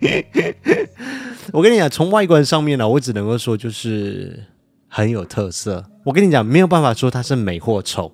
A: 我跟你讲，从外观上面呢，我只能够说就是很有特色。我跟你讲，没有办法说它是美或丑，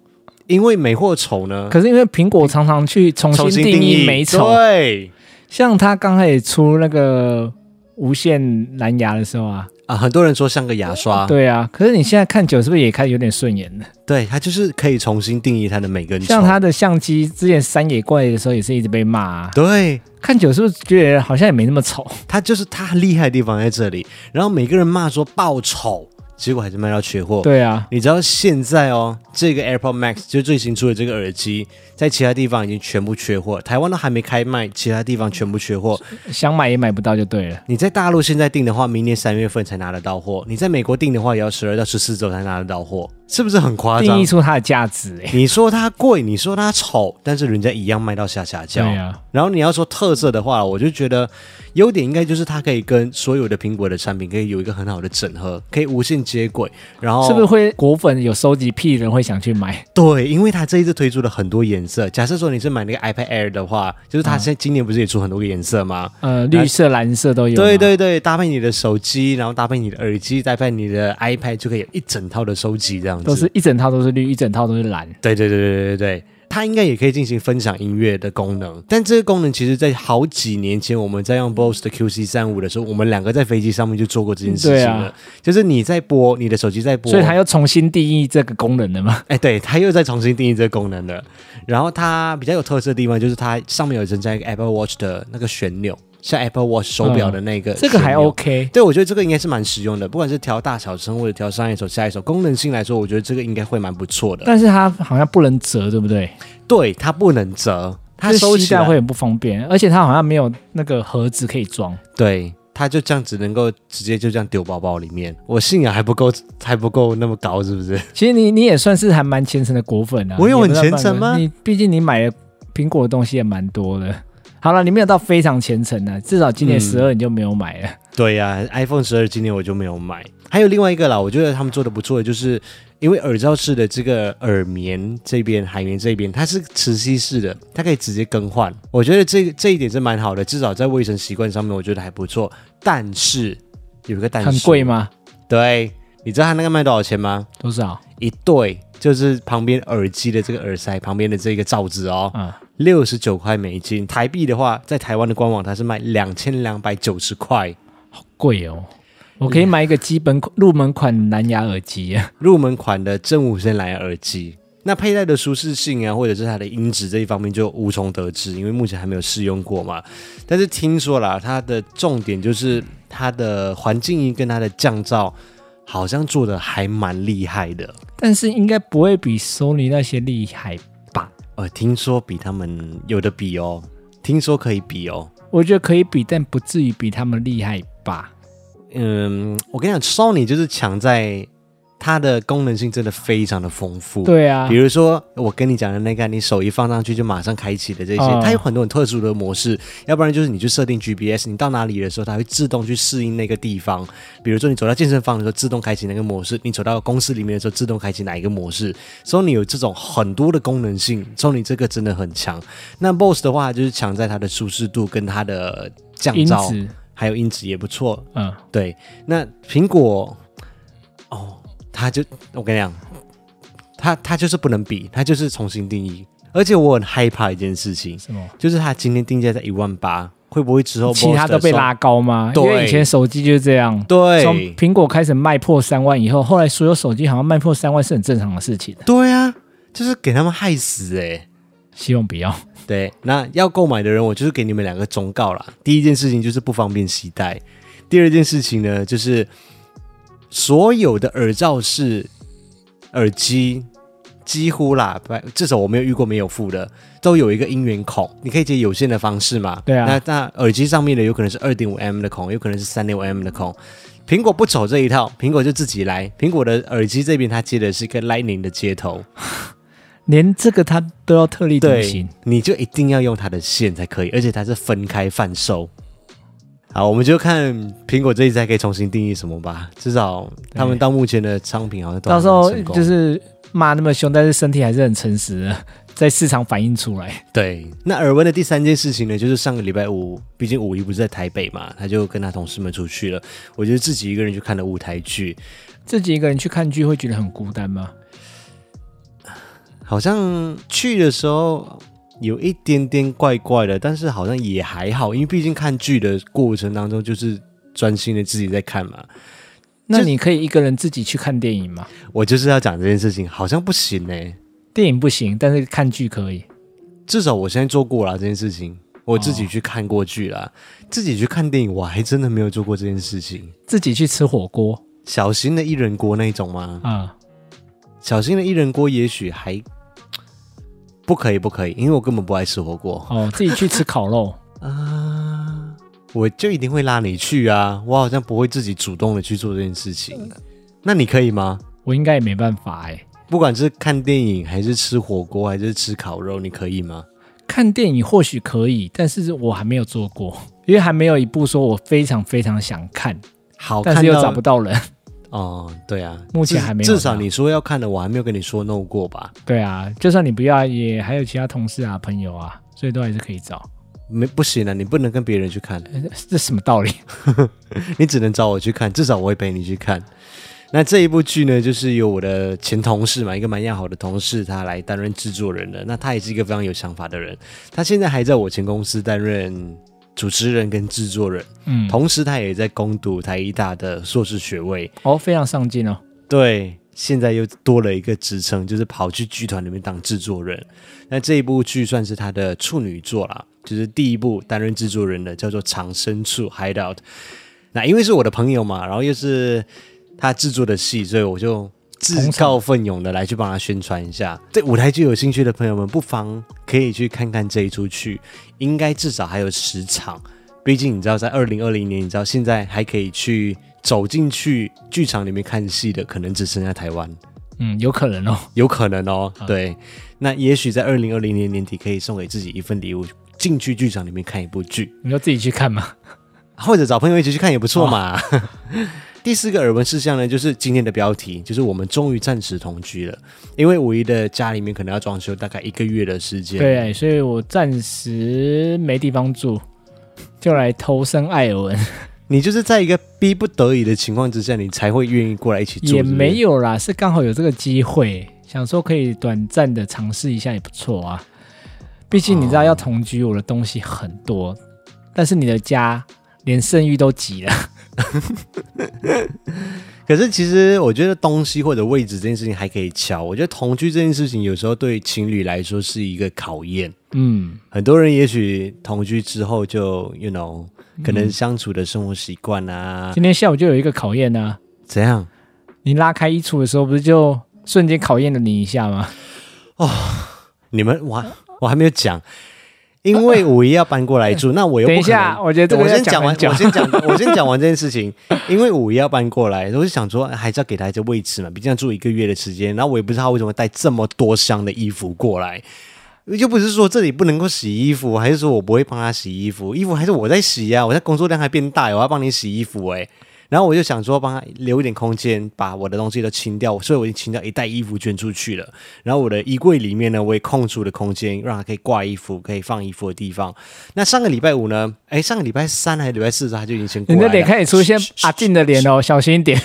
A: 因为美或丑呢，
B: 可是因为苹果常常去重
A: 重
B: 新
A: 新
B: 定
A: 义
B: 义美丑，
A: 对
B: 像它刚开始出那个无线蓝牙的时候啊，
A: 啊，很多人说像个牙刷，
B: 对啊，可是你现在看久是不是也开始有点顺眼了？
A: 对，它就是可以重新定义它的美跟丑。
B: 像它的相机之前山野怪的时候也是一直被骂、啊，
A: 对，哦
B: 看久是不是觉得好像也没那么丑？
A: 他就是他很厉害的地方在这里。然后每个人骂说爆丑，结果还是卖到缺货。，
B: 对啊，
A: 你知道现在哦，这个 AirPod Max 就最新出的这个耳机，在其他地方已经全部缺货，台湾都还没开卖，其他地方全部缺货。
B: 想买也买不到就对了。
A: 你在大陆现在订的话，明年三月份才拿得到货；你在美国订的话，也要十二到十四周才拿得到货，是不是很夸
B: 定
A: 张
B: 义？出它的价值、欸，
A: 你说它贵，你说它丑，但是人家一样卖到下下
B: 对
A: 叫。
B: 啊，
A: 然后你要说特色的话，我就觉得优点应该就是它可以跟所有的苹果的产品可以有一个很好的整合，可以无限接轨。然后
B: 是不是会果粉有收集癖的人会想去买？
A: 对？因为它这一次推出了很多颜色。假设说你是买那个 iPad Air 的话，就是
B: 啊
A: 它现在今年不是也出很多个颜色吗？
B: 呃，绿色、蓝色都有。啊
A: 对，对对，搭配你的手机，然后搭配你的耳机，搭配你的 iPad，就可以有一整套的收集这样子。
B: 都是一整套都是绿，一整套都是蓝。
A: 对对对对对对，它应该也可以进行分享音乐的功能。但这个功能其实，在好几年前，我们在用 BOSS 的 QC 三五的时候，我们两个在飞机上面就做过这件事情了。
B: 对啊
A: 就是你在播，你的手机在播，
B: 所以它又重新定义这个功能了嘛？
A: 哎，对，它又在重新定义这个功能了。然后它比较有特色的地方就是它上面有增加一个 Apple Watch 的那个旋钮，像 Apple Watch 手表的那个、
B: 这个还。OK，
A: 对，我觉得这个应该是蛮实用的，不管是调大小声或者调上一首、下一首，功能性来说，我觉得这个应该会蛮不错的。
B: 但是它好像不能折，对不对？
A: 对，它不能折，它
B: 就是
A: 收
B: 携
A: 起来
B: 带会很不方便，而且它好像没有那个盒子可以装。
A: 对，它就这样只能够直接就这样丢包包里面。我信仰还不够，还不够那么高，是不是？
B: 其实你你也算是还蛮虔诚的果粉啊。
A: 我有
B: 你也不知道
A: 很虔诚
B: 半
A: 吗
B: 个你毕竟你买的苹果的东西也蛮多的。好了，你没有到非常虔诚啊，至少今年
A: 嗯
B: 十二你就没有买了。
A: 对呀、i p h o n e 十二今年我就没有买。还有另外一个啦，我觉得他们做的不错的，就是因为耳罩式的这个耳棉这边、海绵这边，它是磁吸式的，它可以直接更换。我觉得这这一点是蛮好的，至少在卫生习惯上面，我觉得还不错。但是有一个但是，
B: 很贵？吗？
A: 对，你知道它那个卖多少钱吗？
B: 多少？
A: 一对就是旁边耳机的这个耳塞旁边的这个罩子哦，
B: 嗯，
A: 六十九块美金，台币的话，在台湾的官网它是卖两千两百九十块，
B: 贵哦。我可以买一个基本款入门款蓝牙耳机 啊，
A: 入门款的正无线蓝牙耳机。那佩戴的舒适性啊，或者是它的音质这一方面就无从得知，因为目前还没有试用过嘛。但是听说啦，它的重点就是它的环境音跟它的降噪，好像做的还蛮厉害的。
B: 但是应该不会比 Sony 那些厉害吧？
A: 呃，听说比他们有的比哦，听说可以比哦。
B: 我觉得可以比，但不至于比他们厉害吧？
A: 嗯，我跟你讲，Sony 就是强在它的功能性真的非常的丰富。、
B: 对啊
A: 比，如说我跟你讲的那个，你手一放上去就马上开启的这些，
B: 嗯
A: 它有很多很特殊的模式。要不然就是你去设定 GPS，你到哪里的时候，它会自动去适应那个地方。比如说你走到健身房的时候，自动开启那个模式；你走到公司里面的时候，自动开启哪一个模式。Sony 有这种很多的功能性，Sony 这个真的很强。那 BOSS 的话就是强在它的舒适度跟它的降
B: 音
A: 噪，
B: 质，
A: 还有音质也不错。
B: 嗯，
A: 对，那苹果，哦，它就我跟你讲，它它就是不能比，它就是重新定义。而且我很害怕一件事情，
B: 什么？
A: 就是它今天定价在一万八，会不会之后
B: 其他
A: Boss
B: 都被
A: 的
B: 拉高吗？因
A: 对
B: 为以前手机就是这样，从
A: 对
B: 苹果开始卖破三万以后，后来所有手机好像卖破三万是很正常的事情。
A: 对啊，就是给他们害死哎、
B: 希望不要。
A: 对，那要购买的人，我就是给你们两个忠告啦。第一件事情就是不方便携带，第二件事情呢，就是所有的耳罩式耳机几乎啦，不至少我没有遇过没有附的，都有一个音源孔，你可以接有线的方式嘛。
B: 对啊
A: 那那耳机上面的有可能是二点五 M 的孔，有可能是三点五 M 的孔。苹果不走这一套，苹果就自己来。苹果的耳机这边它接的是一个 Lightning 的接头，
B: 连这个他都要特立独
A: 对
B: 行，，
A: 你就一定要用它的线才可以，而且它是分开贩售。好，我们就看苹果这一次还可以重新定义什么吧。至少他们
B: 对
A: 到目前的商品好像都
B: 到时候
A: 还蛮成功
B: 就是骂那么凶，但是身体还是很诚实的， 在市场反映出来。
A: 对。那耳温的第三件事情呢，就是上个礼拜五，毕竟五一不是在台北嘛，他就跟他同事们出去了。我就自己一个人去看了舞台剧，
B: 自己一个人去看剧会觉得很孤单吗？
A: 好像去的时候有一点点怪怪的，但是好像也还好，因为毕竟看剧的过程当中就是专心的自己在看嘛。
B: 那你可以一个人自己去看电影吗？
A: 我就是要讲这件事情，好像不行呢、
B: 电影不行，但是看剧可以。
A: 至少我现在做过了这件事情，我自己
B: 哦
A: 去看过剧啦，自己去看电影，我还真的没有做过这件事情。
B: 自己去吃火锅
A: 小型的一人锅那一种吗？
B: 啊、
A: 小新的一人锅也许还不可以，不可以，因为我根本不爱吃火锅
B: 哦，自己去吃烤肉，
A: 啊，我就一定会拉你去啊。我好像不会自己主动的去做这件事
B: 嗯
A: 情，那你可以吗？
B: 我应该也没办法哎、
A: 不管是看电影，还是吃火锅，还是吃烤肉，你可以吗？
B: 看电影或许可以，但是我还没有做过， 因为还没有一部说我非常非常想看，
A: 好，
B: 但
A: 看
B: 是又
A: 到
B: 找不到人。
A: 哦，对啊，
B: 目前
A: 至
B: 还没有
A: 至少
B: 到
A: 你说要看的，我还没有跟你说 no 过吧？
B: 对啊，就算你不要，也还有其他同事啊、朋友啊，所以都还是可以找。
A: 没不行啊，你不能跟别人去 看，
B: 呃这什么道 理？
A: 你只能找我去看，至少我会陪你去看。那这一部剧呢，就是由我的前同事嘛，一个蛮要好的同事，他来担任制作人的。那他也是一个非常有想法的人，他现在还在我前公司担任主持人跟制作人，
B: 嗯，
A: 同时他也在攻读台医大的硕士学位。
B: 哦，非常上进哦。
A: 对，现在又多了一个职称，就是跑去剧团里面当制作人。那这一部剧算是他的处女作啦，就是第一部担任制作人的，叫做《长生处 Hideout》。那因为是我的朋友嘛，然后又是他制作的戏，所以我就自
B: 捧场
A: 告奋勇的来去帮他宣传一下。对舞台剧有兴趣的朋友们，不妨可以去看看这一出剧，应该至少还有十场。毕竟你知道，在二零二零年，你知道现在还可以去走进去剧场里面看戏的，可能只剩下台湾。
B: 嗯，有可能哦。
A: 有可能哦
B: 好。
A: 对，那也许在二零二零年年底可以送给自己一份礼物，进去剧场里面看一部剧，
B: 你就自己去看嘛。
A: 或者找朋友一起去看也不错嘛。
B: 哦
A: 第四个耳闻事项呢，就是今天的标题，就是我们终于暂时同居了。因为五一的家里面可能要装修大概一个月的时间，，
B: 对，啊所以我暂时没地方住，就来投身艾尔文，
A: 你就是在一个逼不得已的情况之下，你才会愿意过来一起住，
B: 也
A: 是不是
B: 没有啦，是刚好有这个机会，想说可以短暂的尝试一下也不错啊。毕竟你知道要同居，我的东西很多，但是你的家连剩余都挤了，
A: 可是其实我觉得东西或者位置这件事情还可以敲，我觉得同居这件事情有时候对情侣来说是一个考验。
B: 嗯，
A: 很多人也许同居之后就，you know，可能相处的生活习惯啊，
B: 今天下午嗯就有一个考验呢、
A: 怎样？
B: 你拉开衣橱的时候，不是就瞬间考验了你一下吗？
A: 你们我 还我还没有讲，因为五一要搬过来 住，那我又不
B: 等一
A: 可能
B: 下，我觉得这个
A: 我
B: 要
A: 先讲完，
B: 讲
A: 我
B: 很
A: 先
B: 久
A: 讲，我先讲完这件事情。因为五一要搬过来，我就想说还是要给他一些位置嘛，毕竟要住一个月的时间。然后我也不知道他为什么带这么多箱的衣服过来，又不是说这里不能够洗衣服，还是说我不会帮他洗衣服，衣服还是我在洗啊呀、我在工作量还变大，我要帮你洗衣服哎、然后我就想说，帮他留一点空间，把我的东西都清掉，所以我已经清掉一袋衣服捐出去了。然后我的衣柜里面呢，我也空出了空间，让他可以挂衣服、可以放衣服的地方。那上个礼拜五呢？哎，上个礼拜三还是礼拜四的时候，他就已经先过
B: 你
A: 来
B: 的
A: 了。
B: 脸开始出现阿静的脸哦，小心一点。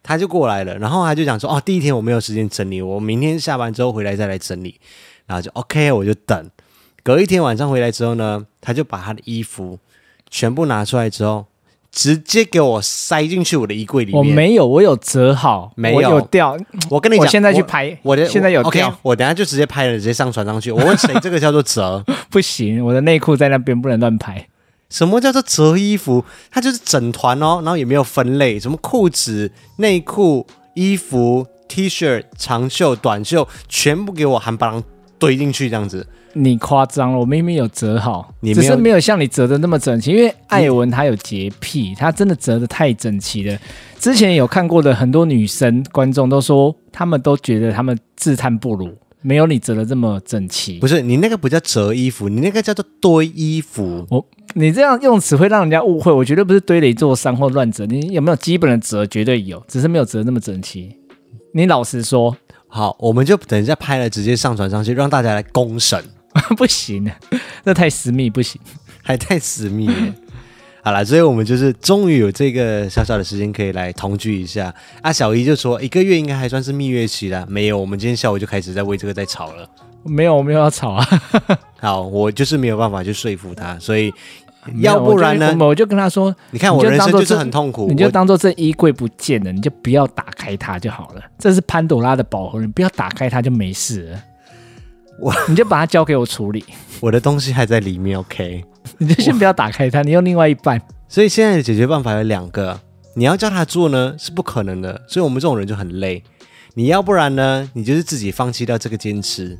A: 他就过来了，然后他就讲说，哦，第一天我没有时间整理，我明天下班之后回来再来整理，然后就 OK，我就等。隔一天晚上回来之后呢，他就把他的衣服全部拿出来之后，直接给我塞进去我的衣柜里面。
B: 我没有，我有折好，
A: 没
B: 我
A: 有
B: 有掉。
A: 我跟你
B: 我
A: 讲，
B: 现在去拍
A: 我的
B: 现在有
A: OK，
B: 掉
A: 我等下就直接拍了，直接上传上去。我问谁，这个叫做 折？
B: 不行，我的内裤在那边不能乱拍。
A: 什么叫做折衣服？它就是整团哦，然后也没有分类，什么裤子、内裤、衣服、T 恤、长袖、短袖，全部给我含巴郎堆进去这样子。
B: 你夸张了，我明明有折好，
A: 你
B: 只
A: 没有
B: 是没有像你折的那么整齐。因为艾文她有洁癖，她真的折的太整齐了。之前有看过的很多女生观众都说，她们都觉得她们自叹不如，没有你折的这么整齐
A: 不。是你那个不叫折衣服，你那个叫做堆衣服。
B: 我你这样用词会让人家误会，我绝对不是堆了一座山或乱折。你有没有基本的折？绝对有，只是没有折那么整齐。你老实说，
A: 好，我们就等一下拍了，直接上传上去，让大家来公审，
B: 不行，那太私密，不行。
A: 还太私密了。好啦，所以我们就是终于有这个小小的时间可以来同居一下。啊，小姨就说一个月应该还算是蜜月期啦，没有，我们今天下午就开始在为这个在吵了。
B: 没有，我没有要吵啊。
A: 好，我就是没有办法去说服他，所以
B: 没有
A: 要不然
B: 我
A: 呢
B: 就？我就跟他说，
A: 你看我
B: 你就
A: 人生
B: 当作
A: 就是
B: 这
A: 很痛苦，
B: 你就
A: 我
B: 当做这衣柜不见了，你就不要打开它就好了。这是潘朵拉的宝盒，你不要打开它就没事了。
A: 我
B: 你就把它交给我处理，
A: 我的东西还在里面，OK。
B: 你就先不要打开它，你用另外一半。
A: 所以现在的解决办法有两个，你要叫他做呢是不可能的，所以我们这种人就很累。你要不然呢，你就是自己放弃掉这个坚持；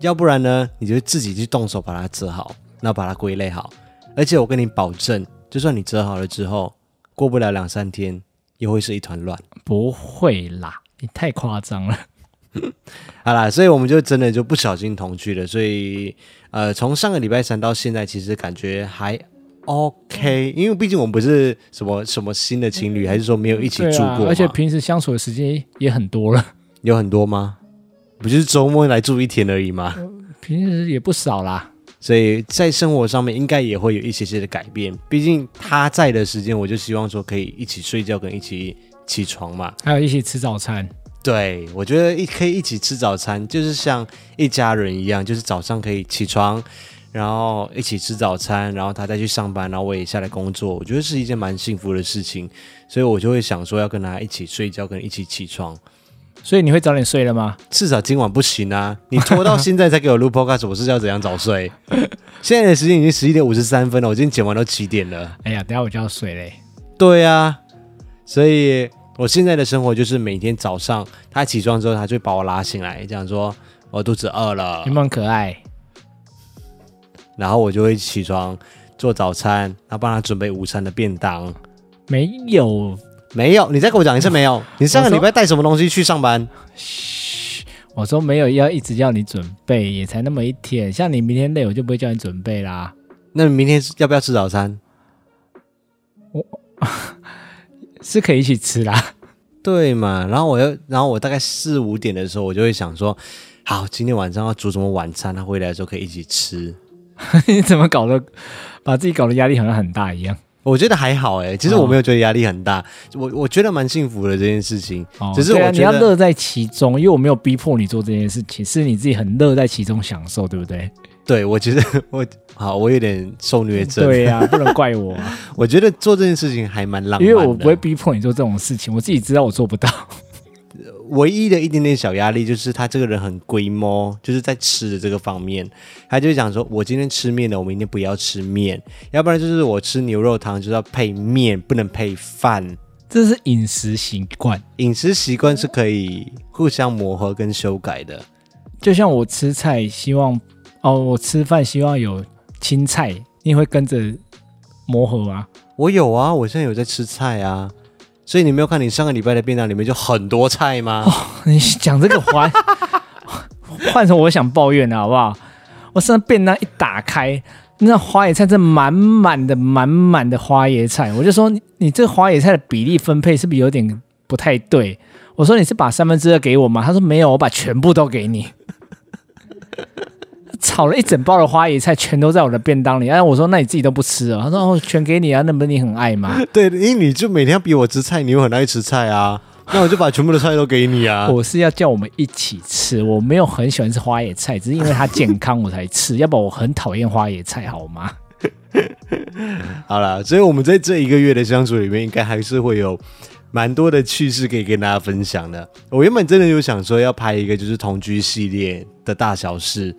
A: 要不然呢，你就自己去动手把它折好，然后把它归类好。而且我跟你保证，就算你折好了之后，过不了两三天，又会是一团乱。
B: 不会啦，你太夸张了。
A: 好啦，所以我们就真的就不小心同居了。所以，呃，从上个礼拜三到现在，其实感觉还 OK，因为毕竟我们不是什么什么新的情侣，还是说没有一起
B: 对
A: 住
B: 啊
A: 过嘛、，
B: 而且平时相处的时间也很多了，
A: 有很多吗？不就是周末来住一天而已吗？
B: 嗯平时也不少啦。
A: 所以在生活上面应该也会有一些些的改变。毕竟他在的时间，我就希望说可以一起睡觉跟一起起床嘛。
B: 还有一起吃早餐，
A: 对，我觉得一可以一起吃早餐，就是像一家人一样，就是早上可以起床，然后一起吃早餐，然后他再去上班，然后我也下来工作，我觉得是一件蛮幸福的事情，所以我就会想说要跟他一起睡觉，跟一起起床，
B: 所以你会早点睡了吗？
A: 至少今晚不行啊！你拖到现在才给我录 podcast，我是要怎样早睡？现在的时间已经十一点五十三分了，我今天剪完都七点了。
B: 哎呀，等一下我就要睡嘞。
A: 对啊，所以我现在的生活就是每天早上他起床之后，他就会把我拉醒来，讲说我肚子饿了
B: 有，没有很可爱？
A: 然后我就会起床做早餐，然后帮他准备午餐的便当。
B: 没有，
A: 没有，你再给我讲一次没有？你上个礼拜带什么东西去上班？
B: 嘘，我说没有，要一直要你准备，也才那么一天。像你明天累，我就不会叫你准备啦。
A: 那你明天要不要吃早餐？
B: 是可以一起吃啦。
A: 对嘛，然后我又，然后我大概四五点的时候，我就会想说，好，今天晚上要煮什么晚餐？他回来的时候可以一起吃。
B: 你怎么搞的？把自己搞得压力好像很大一样。
A: 我觉得还好哎、其实
B: 哦
A: 我没有觉得压力很大，我我觉得蛮幸福的这件事情。
B: 哦，
A: 只是
B: 对啊
A: 我
B: 你
A: 觉
B: 要
A: 得
B: 乐在其中，因为我没有逼迫你做这件事情，是你自己很乐在其中享受，对不对？
A: 对，我觉得我好，我有点受虐症。
B: 对呀、不能怪我啊、
A: 我觉得做这件事情还蛮 浪漫的。
B: 因为我不会逼迫你做这种事情，我自己知道我做不到。
A: 唯一的一点点小压力就是他这个人很龟毛，就是在吃的这个方面，他就会讲说，我今天吃面了，我明天不要吃面，要不然就是我吃牛肉汤就是要配面，不能配饭。
B: 这是饮食习惯，
A: 饮食习惯是可以互相磨合跟修改的。
B: 就像我吃菜希望哦，我吃饭希望有青菜，你会跟着磨合啊。
A: 我有啊，我现在有在吃菜啊，所以你没有看你上个礼拜的便当里面就很多菜吗？
B: 你讲这个还 换成我想抱怨了，好不好？我现在便当一打开，那花椰菜这满满的、满满的花椰菜，我就说你你这花椰菜的比例分配是不是有点不太对？我说你是把三分之二给我吗？他说没有，我把全部都给你。 炒了一整包的花椰菜，全都在我的便当里。哎，我说那你自己都不吃哦。他说哦，全给你啊，那不是你很爱吗？
A: 对，因为你就每天要逼我吃菜，你又很爱吃菜啊，那我就把全部的菜都给你 啊。
B: 我是要叫我们一起吃，我没有很喜欢吃花野菜，只是因为它健康我才 吃，要不然我很讨厌花野菜，好吗？
A: 好啦，所以我们在这一个月的相处里面，应该还是会有蛮多的趣事可以跟大家分享的。我原本真的有想说要拍一个就是同居系列的大小事。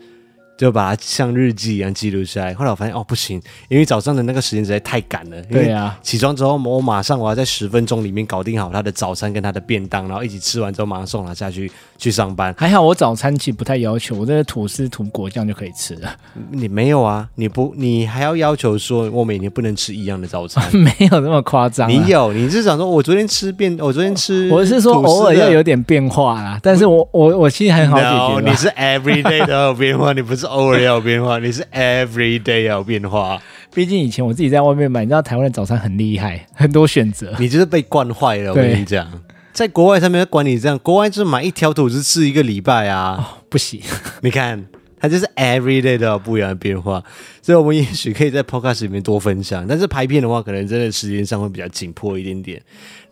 A: 就把它像日记一样记录下来。后来我发现哦不行，因为早上的那个时间实在太赶了。因为
B: 对啊
A: 起床之后我马上我要在十分钟里面搞定好他的早餐跟他的便当，然后一起吃完之后马上送他下去去上班。
B: 还好我早餐其实不太要求，我这个吐司涂果酱就可以吃了，？
A: 你没有啊？你不，你还要要求说我每天不能吃一样的早餐
B: 没有那么夸张、啊。
A: 你有，你是想说我昨天吃便，我昨天吃，
B: 我是说偶尔要有。点变化啦，但是我我我其实很好解
A: No，
B: 决
A: 你
B: 吧。
A: 是 every day 都有变化，你不是偶尔要有变化， 你是 every day 要有变化，
B: 毕竟以前我自己在外面买，你知道台湾的早餐很厉害，很多选择。
A: 你就是被惯坏了。我
B: 对
A: 跟你讲，在国外他们管你这样，国外就是买一条吐司吃一个礼拜啊。
B: 哦不行，
A: 你看，它就是 every day 都有不一样的变化，所以我们也许可以在 podcast 里面多分享，但是拍片的话，可能真的时间上会比较紧迫一点点。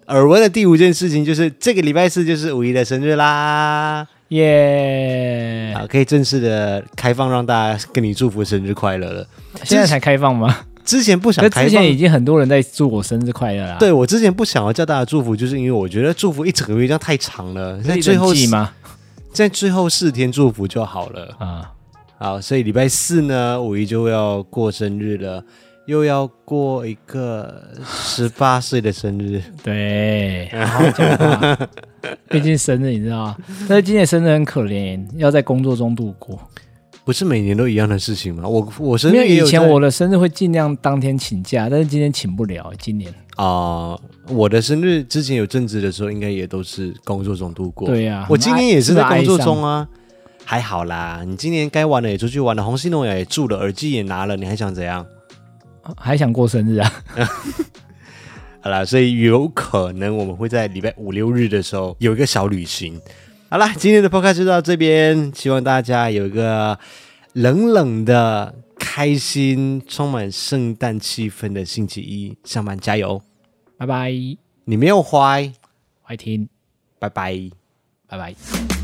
A: 耳闻的第五件事情就是这个礼拜四就是五一的生日啦，
B: 耶、
A: 啊，可以正式的开放让大家跟你祝福生日快乐了。
B: 现在才开放吗？
A: 之前不想
B: 那
A: 开
B: 之
A: 放
B: 前，已经很多人在祝我生日快乐啦。，
A: 对我之前不想要叫大家祝福，就是因为我觉得祝福一整个月这样太长了，在最后
B: 季吗？
A: 在最后四天祝福就好了。
B: 啊、
A: 好，所以礼拜四呢，五一就要过生日了。又要过一个十八岁的生日，
B: 对，好好讲话。毕竟生日你知道吗？但是今年生日很可怜，要在工作中度过。
A: 不是每年都一样的事情吗？我我生
B: 因
A: 日
B: 为
A: 也
B: 以
A: 有
B: 前
A: 在
B: 我的生日会尽量当天请假，但是今天请不了。今年
A: 啊、我的生日之前有阵子的时候，应该也都是工作中度过。
B: 对呀
A: 我今年也是在工作中
B: 很
A: 啊，还好啦。你今年该玩的也出去玩了，红心诺也住了，耳机也拿了，你还想怎样？
B: 还想过生日啊？
A: 好啦，所以有可能我们会在礼拜五六日的时候有一个小旅行。好啦，今天的 podcast 就到这边，希望大家有一个冷冷的、开心、充满圣诞气氛的星期一上班加油！
B: 拜拜，
A: 你没有坏，
B: 爱听，
A: 拜拜。
B: 拜拜。